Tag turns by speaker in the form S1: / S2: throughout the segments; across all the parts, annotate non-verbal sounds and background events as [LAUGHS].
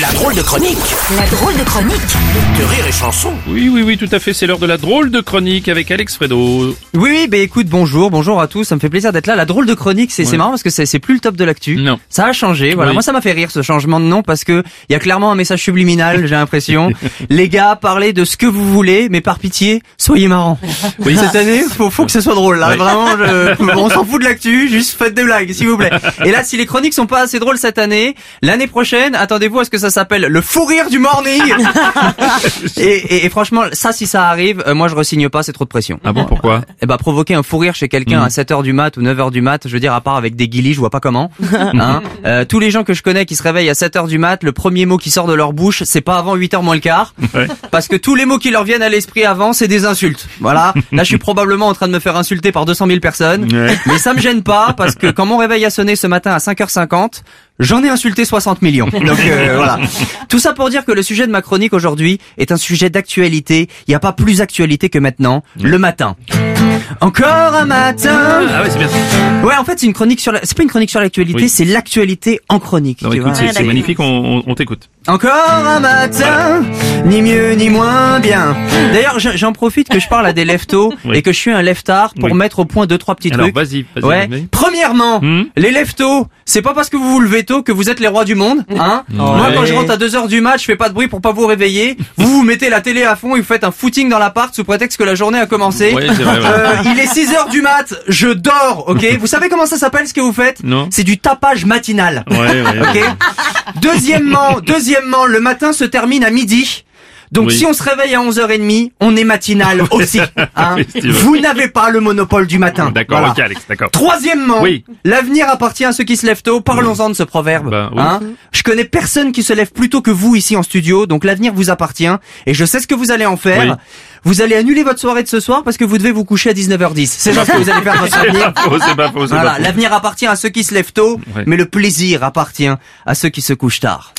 S1: La drôle de chronique
S2: La drôle de chronique
S1: de Rire et Chanson.
S3: Oui, oui, oui, tout à fait. C'est l'heure de la drôle de chronique avec Alex Fredo.
S4: Oui, oui, bah écoute, bonjour, bonjour à tous, ça me fait plaisir d'être là. La drôle de chronique, c'est c'est marrant parce que c'est c'est plus le top de l'actu.
S3: Non.
S4: Ça a changé, voilà.
S3: Oui.
S4: Moi, ça m'a fait rire ce changement de nom parce que il y a clairement un message subliminal, j'ai l'impression.
S3: [LAUGHS]
S4: Les gars, parlez de ce que vous voulez, mais par pitié, soyez marrants.
S3: Oui. Ah.
S4: Cette année, faut, faut que ce soit drôle, là.
S3: Oui.
S4: Vraiment,
S3: [LAUGHS]
S4: je- on s'en fout de l'actu, juste faites des blagues, s'il vous plaît. Et là, si les chroniques sont pas assez drôles cette année, l'année prochaine, attendez-vous à ce que ça s'appelle le fou rire
S3: [LAUGHS]
S4: du morning. et, et- et franchement, ça, si ça arrive, euh, moi, je resigne pas, c'est trop de pression.
S3: Ah bon, pourquoi
S4: Eh ben, provoquer un fou rire chez quelqu'un à 7h du mat ou 9h du mat, je veux dire, à part avec des guillis, je vois pas comment. Hein. Euh, tous les gens que je connais qui se réveillent à 7h du mat, le premier mot qui sort de leur bouche, c'est pas avant 8h moins le quart.
S3: Ouais.
S4: Parce que tous les mots qui leur viennent à l'esprit avant, c'est des insultes. Voilà. Là, je suis probablement en train de me faire insulter par 200 000 personnes.
S3: Ouais.
S4: Mais ça me gêne pas, parce que quand mon réveil a sonné ce matin à 5h50, j'en ai insulté 60 millions. Donc euh, voilà. Tout ça pour dire que le sujet de ma chronique aujourd'hui est un sujet d'actualité. Il n'y a pas plus actualité que maintenant, le matin. Encore un matin.
S3: Ah ouais, c'est bien.
S4: Ouais, en fait, c'est une chronique sur la... c'est pas une chronique sur l'actualité,
S3: Oui.
S4: c'est l'actualité en chronique.
S3: Non,
S4: tu
S3: écoute,
S4: vois.
S3: c'est- c'est magnifique, on, on- on t'écoute.
S4: Encore un matin, ni mieux ni moins bien. D'ailleurs, j'en j'en profite que je parle à des leftos
S3: [LAUGHS] Oui.
S4: et que je suis un leftard pour
S3: Oui.
S4: mettre au point deux trois petits
S3: Alors,
S4: trucs.
S3: vas-y, vas-y.
S4: Ouais.
S3: vas-y.
S4: Premièrement,
S3: Hmm.
S4: les leftos, c'est pas parce que vous vous levez tôt que vous êtes les rois du monde, hein. Moi, quand je rentre à 2 heures du match, je fais pas de bruit pour pas vous réveiller. Vous vous mettez la télé à fond et vous faites un footing dans l'appart sous prétexte que la journée a commencé.
S3: Ouais, c'est vrai, ouais.
S4: Euh, il est 6 heures du mat, je dors,
S3: [LAUGHS]
S4: ok Vous savez comment ça s'appelle ce que vous faites [LAUGHS]
S3: Non.
S4: C'est du tapage matinal.
S3: Ouais, ouais, ouais.
S4: Ok. Deuxièmement, deuxièmement, le matin se termine à midi. Donc
S3: Oui.
S4: si on se réveille à 11h30, on
S3: [LAUGHS]
S4: est matinal aussi. hein.
S3: Oui, si tu veux.
S4: Vous n'avez pas le monopole du matin.
S3: D'accord,
S4: Voilà.
S3: ok, Alex, d'accord.
S4: Troisièmement,
S3: Oui.
S4: l'avenir appartient à ceux qui se lèvent tôt. Parlons-en de ce proverbe.
S3: Bah, oui.
S4: hein. Je connais personne qui se lève plus tôt que vous ici en studio, donc l'avenir vous appartient. Et je sais ce que vous allez en faire.
S3: Oui.
S4: Vous allez annuler votre soirée de ce soir parce que vous devez vous coucher à 19h10. C'est genre ce que vous allez faire de
S3: [LAUGHS]
S4: votre
S3: C'est
S4: avenir.
S3: pas faux, c'est pas faux, c'est
S4: Voilà,
S3: pas faux.
S4: l'avenir appartient à ceux qui se lèvent tôt,
S3: Ouais. Ah.
S4: mais le plaisir appartient à ceux qui se couchent tard.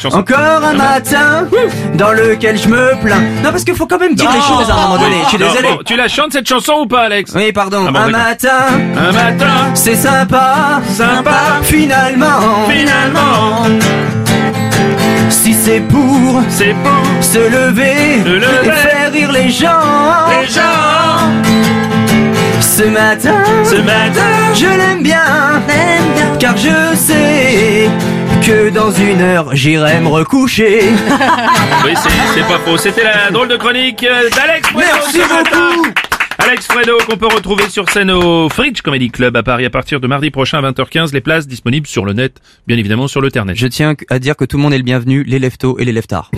S3: Chanson.
S4: Encore
S3: Ah.
S4: un matin dans lequel je me plains. Non, parce qu'il faut quand même dire les choses à un moment donné. Je suis
S3: Non,
S4: désolé.
S3: bon, tu la chantes cette chanson ou pas, Alex
S4: Oui, pardon.
S3: Ah bon,
S4: un
S3: d'accord.
S4: matin,
S3: Un matin,
S4: c'est sympa.
S3: Sympa.
S4: Finalement,
S3: finalement,
S4: si c'est pour
S3: c'est pour
S4: se lever,
S3: Se lever.
S4: et faire rire les gens.
S3: les gens.
S4: Ce matin,
S3: Ce matin,
S4: je l'aime bien, car je sais que dans une heure j'irai me recoucher.
S3: [LAUGHS] Oui, c'est c'est pas faux. C'était la drôle de chronique euh, d'Alex Fredo.
S4: Merci
S3: ce matin.
S4: beaucoup.
S3: Alex Fredo, qu'on peut retrouver sur scène au Fridge Comedy Club à Paris à partir de mardi prochain à 20h15. Les places disponibles sur le net, bien évidemment sur le ternet.
S4: Je tiens à dire que tout le monde est le bienvenu, les leftos et les leftards.